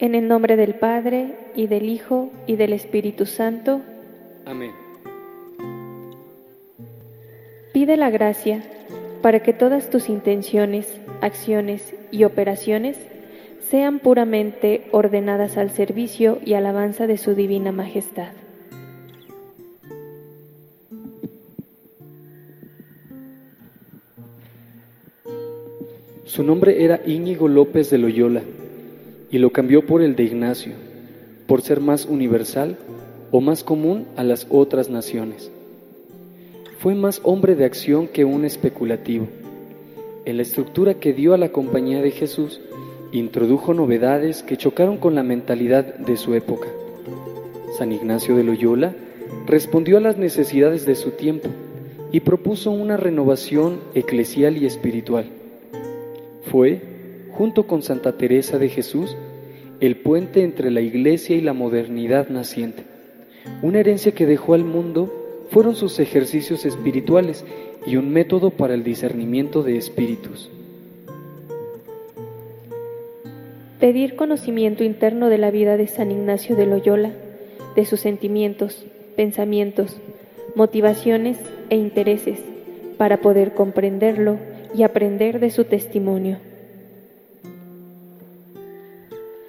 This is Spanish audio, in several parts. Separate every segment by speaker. Speaker 1: En el nombre del Padre, y del Hijo, y del Espíritu Santo.
Speaker 2: Amén.
Speaker 1: Pide la gracia para que todas tus intenciones, acciones y operaciones sean puramente ordenadas al servicio y alabanza de su Divina Majestad.
Speaker 2: Su nombre era Íñigo López de Loyola y lo cambió por el de Ignacio, por ser más universal o más común a las otras naciones. Fue más hombre de acción que un especulativo. En la estructura que dio a la compañía de Jesús, introdujo novedades que chocaron con la mentalidad de su época. San Ignacio de Loyola respondió a las necesidades de su tiempo y propuso una renovación eclesial y espiritual. Fue, junto con Santa Teresa de Jesús, el puente entre la iglesia y la modernidad naciente. Una herencia que dejó al mundo fueron sus ejercicios espirituales y un método para el discernimiento de espíritus.
Speaker 1: Pedir conocimiento interno de la vida de San Ignacio de Loyola, de sus sentimientos, pensamientos, motivaciones e intereses, para poder comprenderlo y aprender de su testimonio.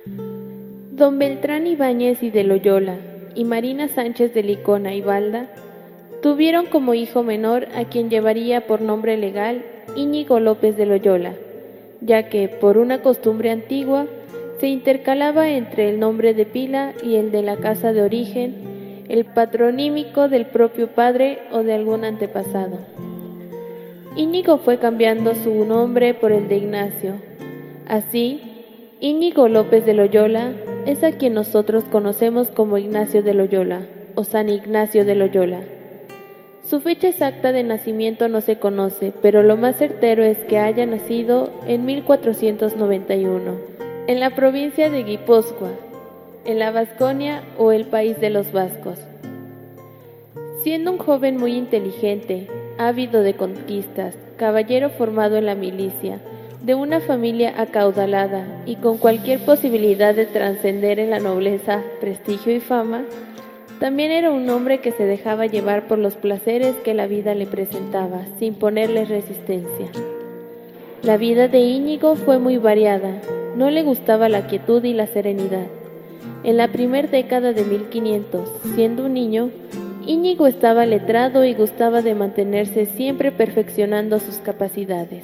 Speaker 3: Don Beltrán Ibáñez y de Loyola y Marina Sánchez de Licona y Balda tuvieron como hijo menor a quien llevaría por nombre legal Íñigo López de Loyola, ya que, por una costumbre antigua, se intercalaba entre el nombre de pila y el de la casa de origen, el patronímico del propio padre o de algún antepasado. Íñigo fue cambiando su nombre por el de Ignacio. Así, Íñigo López de Loyola es a quien nosotros conocemos como Ignacio de Loyola o San Ignacio de Loyola. Su fecha exacta de nacimiento no se conoce, pero lo más certero es que haya nacido en 1491, en la provincia de Guipúzcoa, en la Vasconia o el país de los vascos. Siendo un joven muy inteligente, ávido de conquistas, caballero formado en la milicia, de una familia acaudalada y con cualquier posibilidad de trascender en la nobleza, prestigio y fama, también era un hombre que se dejaba llevar por los placeres que la vida le presentaba, sin ponerle resistencia. La vida de Íñigo fue muy variada, no le gustaba la quietud y la serenidad. En la primera década de 1500, siendo un niño, Íñigo estaba letrado y gustaba de mantenerse siempre perfeccionando sus capacidades.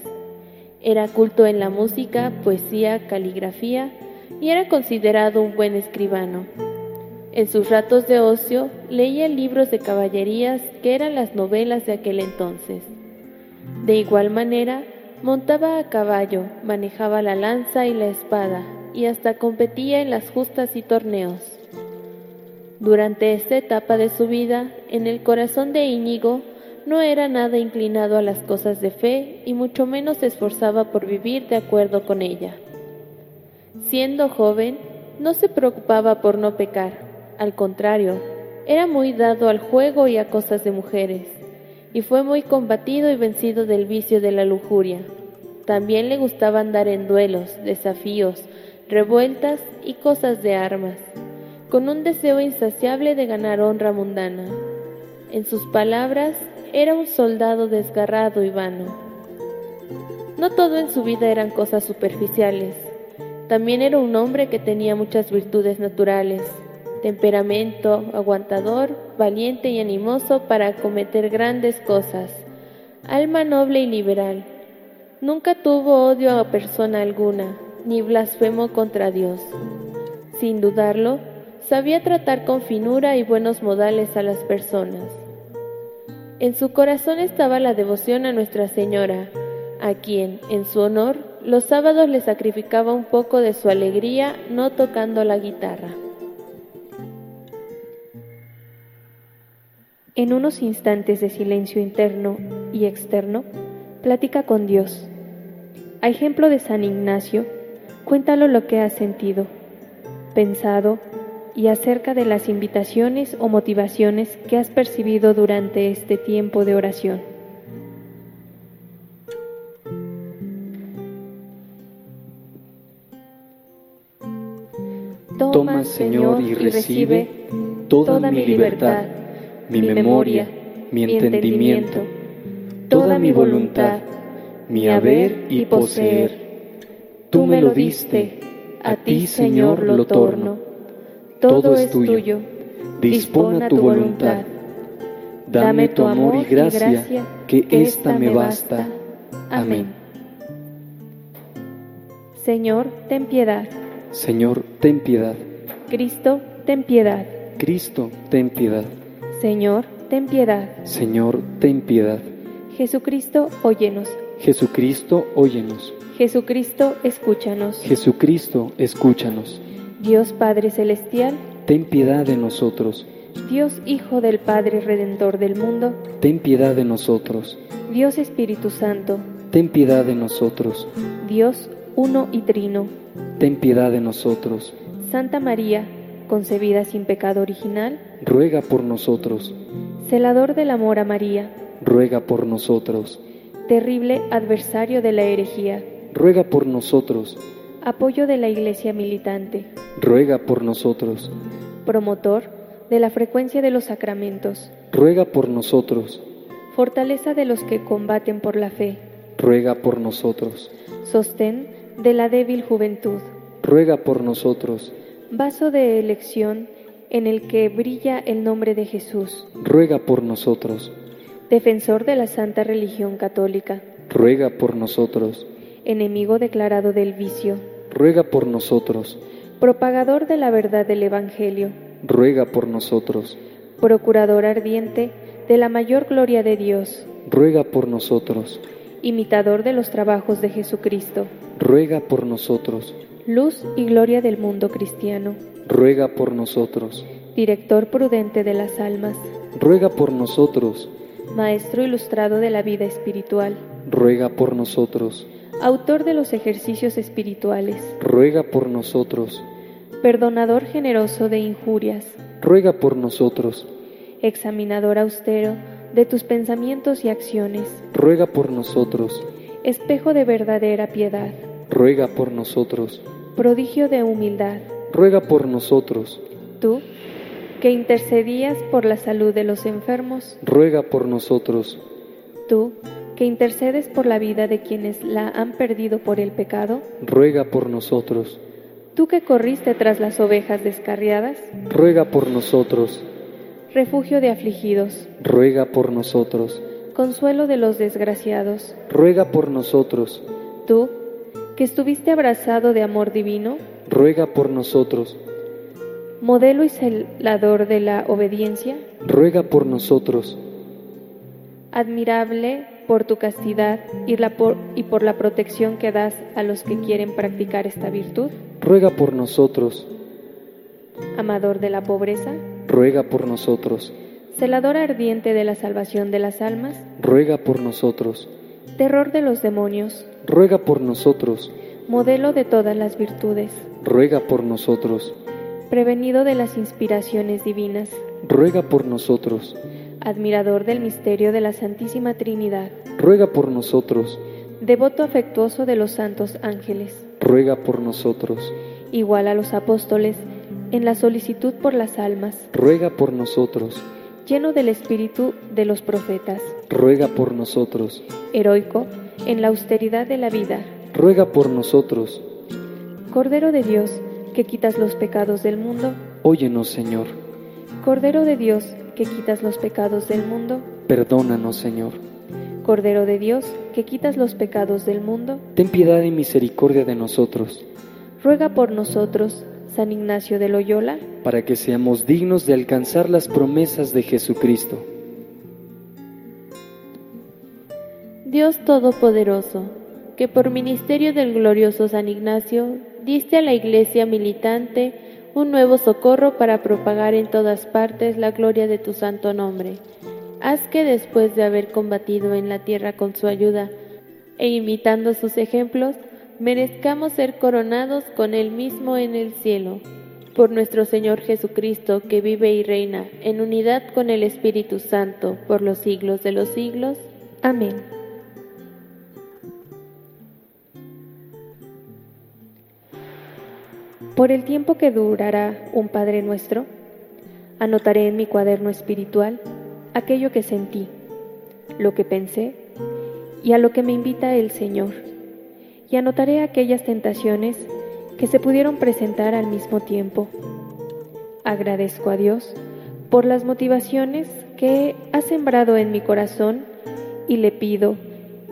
Speaker 3: Era culto en la música, poesía, caligrafía y era considerado un buen escribano. En sus ratos de ocio leía libros de caballerías que eran las novelas de aquel entonces. De igual manera, montaba a caballo, manejaba la lanza y la espada y hasta competía en las justas y torneos. Durante esta etapa de su vida, en el corazón de Íñigo no era nada inclinado a las cosas de fe y mucho menos se esforzaba por vivir de acuerdo con ella. Siendo joven, no se preocupaba por no pecar, al contrario, era muy dado al juego y a cosas de mujeres, y fue muy combatido y vencido del vicio de la lujuria. También le gustaba andar en duelos, desafíos, revueltas y cosas de armas, con un deseo insaciable de ganar honra mundana. En sus palabras, era un soldado desgarrado y vano. No todo en su vida eran cosas superficiales. También era un hombre que tenía muchas virtudes naturales, temperamento, aguantador, valiente y animoso para acometer grandes cosas, alma noble y liberal. Nunca tuvo odio a persona alguna, ni blasfemo contra Dios. Sin dudarlo, sabía tratar con finura y buenos modales a las personas. En su corazón estaba la devoción a Nuestra Señora, a quien, en su honor, los sábados le sacrificaba un poco de su alegría no tocando la guitarra.
Speaker 1: En unos instantes de silencio interno y externo, platica con Dios. A ejemplo de San Ignacio, cuéntalo lo que has sentido, pensado, y acerca de las invitaciones o motivaciones que has percibido durante este tiempo de oración. Toma, Señor, y recibe
Speaker 2: toda, mi libertad, mi memoria, mi entendimiento, toda mi voluntad, mi haber y poseer. Tú me lo diste, a ti, Señor, lo torno.
Speaker 1: Todo es tuyo.
Speaker 2: Dispón a tu voluntad. Dame tu amor y gracia, que ésta me basta. Amén.
Speaker 1: Señor, ten piedad.
Speaker 2: Señor, ten piedad.
Speaker 1: Cristo, ten piedad.
Speaker 2: Cristo, ten piedad.
Speaker 1: Señor, ten piedad.
Speaker 2: Señor, ten piedad.
Speaker 1: Jesucristo, óyenos.
Speaker 2: Jesucristo, óyenos.
Speaker 1: Jesucristo, escúchanos.
Speaker 2: Jesucristo, escúchanos.
Speaker 1: Dios Padre Celestial,
Speaker 2: Ten piedad de nosotros.
Speaker 1: Dios Hijo del Padre Redentor del mundo,
Speaker 2: Ten piedad de nosotros.
Speaker 1: Dios Espíritu Santo,
Speaker 2: Ten piedad de nosotros.
Speaker 1: Dios uno y trino,
Speaker 2: Ten piedad de nosotros.
Speaker 1: Santa María, concebida sin pecado original,
Speaker 2: Ruega por nosotros.
Speaker 1: celador del amor a María,
Speaker 2: Ruega por nosotros.
Speaker 1: terrible adversario de la herejía,
Speaker 2: Ruega por nosotros.
Speaker 1: apoyo de la Iglesia militante,
Speaker 2: Ruega por nosotros.
Speaker 1: promotor de la frecuencia de los sacramentos,
Speaker 2: Ruega por nosotros.
Speaker 1: fortaleza de los que combaten por la fe,
Speaker 2: Ruega por nosotros.
Speaker 1: sostén de la débil juventud,
Speaker 2: Ruega por nosotros.
Speaker 1: vaso de elección en el que brilla el nombre de Jesús,
Speaker 2: Ruega por nosotros.
Speaker 1: defensor de la santa religión católica,
Speaker 2: Ruega por nosotros.
Speaker 1: enemigo declarado del vicio,
Speaker 2: Ruega por nosotros.
Speaker 1: propagador de la verdad del Evangelio,
Speaker 2: Ruega por nosotros.
Speaker 1: procurador ardiente de la mayor gloria de Dios,
Speaker 2: Ruega por nosotros.
Speaker 1: imitador de los trabajos de Jesucristo,
Speaker 2: Ruega por nosotros.
Speaker 1: luz y gloria del mundo cristiano,
Speaker 2: Ruega por nosotros.
Speaker 1: director prudente de las almas,
Speaker 2: Ruega por nosotros.
Speaker 1: maestro ilustrado de la vida espiritual,
Speaker 2: Ruega por nosotros.
Speaker 1: autor de los ejercicios espirituales,
Speaker 2: Ruega por nosotros.
Speaker 1: perdonador generoso de injurias,
Speaker 2: Ruega por nosotros.
Speaker 1: examinador austero de tus pensamientos y acciones,
Speaker 2: Ruega por nosotros.
Speaker 1: espejo de verdadera piedad,
Speaker 2: Ruega por nosotros.
Speaker 1: prodigio de humildad,
Speaker 2: Ruega por nosotros.
Speaker 1: tú, que intercedías por la salud de los enfermos,
Speaker 2: Ruega por nosotros.
Speaker 1: tú, que intercedes por la vida de quienes la han perdido por el pecado,
Speaker 2: Ruega por nosotros.
Speaker 1: tú que corriste tras las ovejas descarriadas,
Speaker 2: Ruega por nosotros.
Speaker 1: refugio de afligidos,
Speaker 2: Ruega por nosotros.
Speaker 1: consuelo de los desgraciados,
Speaker 2: Ruega por nosotros.
Speaker 1: tú, que estuviste abrazado de amor divino,
Speaker 2: Ruega por nosotros.
Speaker 1: modelo y celador de la obediencia,
Speaker 2: Ruega por nosotros.
Speaker 1: admirable por tu castidad y, la por, y por la protección que das a los que quieren practicar esta virtud,
Speaker 2: Ruega por nosotros.
Speaker 1: amador de la pobreza,
Speaker 2: Ruega por nosotros.
Speaker 1: celador ardiente de la salvación de las almas,
Speaker 2: Ruega por nosotros.
Speaker 1: terror de los demonios,
Speaker 2: Ruega por nosotros.
Speaker 1: modelo de todas las virtudes,
Speaker 2: Ruega por nosotros.
Speaker 1: prevenido de las inspiraciones divinas,
Speaker 2: Ruega por nosotros.
Speaker 1: admirador del misterio de la Santísima Trinidad,
Speaker 2: Ruega por nosotros.
Speaker 1: devoto afectuoso de los santos ángeles,
Speaker 2: Ruega por nosotros.
Speaker 1: igual a los apóstoles en la solicitud por las almas,
Speaker 2: Ruega por nosotros.
Speaker 1: lleno del espíritu de los profetas,
Speaker 2: Ruega por nosotros.
Speaker 1: heroico en la austeridad de la vida,
Speaker 2: Ruega por nosotros.
Speaker 1: Cordero de Dios, que quitas los pecados del mundo,
Speaker 2: Óyenos, Señor.
Speaker 1: Cordero de Dios, que quitas los pecados del mundo,
Speaker 2: Perdónanos, Señor.
Speaker 1: Cordero de Dios, que quitas los pecados del mundo,
Speaker 2: Ten piedad y misericordia de nosotros,
Speaker 1: ruega por nosotros, San Ignacio de Loyola,
Speaker 2: para que seamos dignos de alcanzar las promesas de Jesucristo.
Speaker 3: Dios Todopoderoso, que por ministerio del glorioso San Ignacio diste a la Iglesia militante un nuevo socorro para propagar en todas partes la gloria de tu santo nombre. Haz que después de haber combatido en la tierra con su ayuda e imitando sus ejemplos, merezcamos ser coronados con él mismo en el cielo. Por nuestro Señor Jesucristo, que vive y reina en unidad con el Espíritu Santo por los siglos de los siglos.
Speaker 1: Amén. Por el tiempo que durará un Padre nuestro, anotaré en mi cuaderno espiritual aquello que sentí, lo que pensé y a lo que me invita el Señor, y anotaré aquellas tentaciones que se pudieron presentar al mismo tiempo. Agradezco a Dios por las motivaciones que ha sembrado en mi corazón y le pido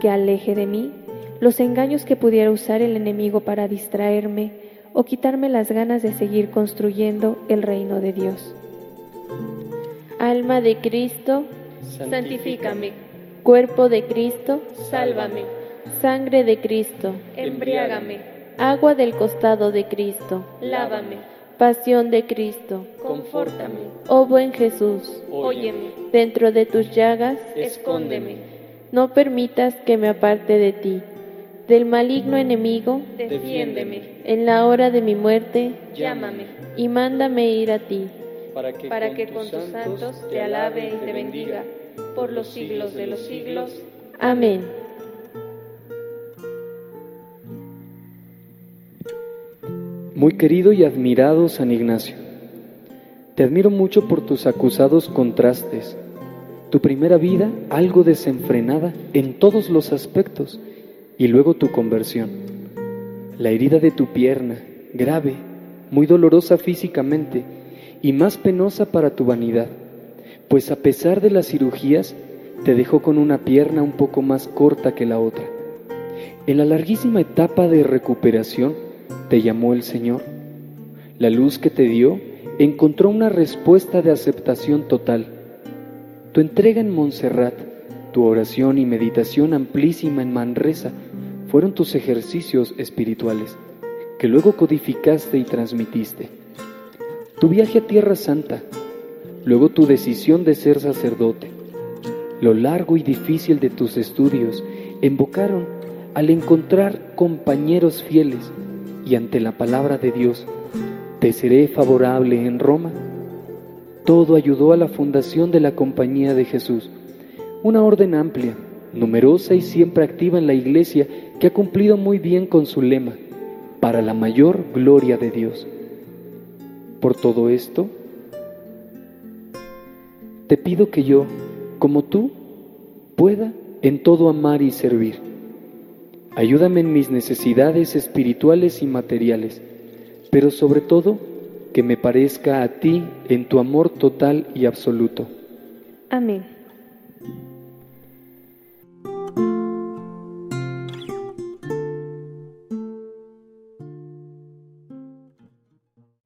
Speaker 1: que aleje de mí los engaños que pudiera usar el enemigo para distraerme o quitarme las ganas de seguir construyendo el reino de Dios.
Speaker 3: Alma de Cristo,
Speaker 4: santifícame.
Speaker 3: Cuerpo de Cristo,
Speaker 4: sálvame.
Speaker 3: Sangre de Cristo,
Speaker 4: Embriágame,
Speaker 3: agua del costado de Cristo,
Speaker 4: lávame,
Speaker 3: pasión de Cristo.
Speaker 4: confórtame,
Speaker 3: Oh buen Jesús,
Speaker 4: óyeme,
Speaker 3: dentro de tus llagas,
Speaker 4: escóndeme,
Speaker 3: no permitas que me aparte de ti, del maligno enemigo,
Speaker 4: defiéndeme,
Speaker 3: en la hora de mi muerte,
Speaker 4: llámame,
Speaker 3: y mándame ir a ti.
Speaker 2: para que,
Speaker 4: para que con tus santos te alabe y te bendiga por los siglos de los siglos.
Speaker 3: Amén.
Speaker 2: Muy querido y admirado San Ignacio, te admiro mucho por tus acusados contrastes, tu primera vida algo desenfrenada en todos los aspectos y luego tu conversión. La herida de tu pierna, grave, muy dolorosa físicamente y más penosa para tu vanidad, pues a pesar de las cirugías te dejó con una pierna un poco más corta que la otra. En la larguísima etapa de recuperación te llamó el Señor. La luz que te dio encontró una respuesta de aceptación total. Tu entrega en Montserrat, tu oración y meditación amplísima en Manresa fueron tus ejercicios espirituales, que luego codificaste y transmitiste. Tu viaje a Tierra Santa, luego tu decisión de ser sacerdote, lo largo y difícil de tus estudios invocaron al encontrar compañeros fieles y ante la palabra de Dios, te seré favorable en Roma. Todo ayudó a la fundación de la Compañía de Jesús, una orden amplia, numerosa y siempre activa en la Iglesia que ha cumplido muy bien con su lema, para la mayor gloria de Dios. Por todo esto, te pido que yo, como tú, pueda en todo amar y servir. Ayúdame en mis necesidades espirituales y materiales, pero sobre todo que me parezca a ti en tu amor total y absoluto.
Speaker 1: Amén.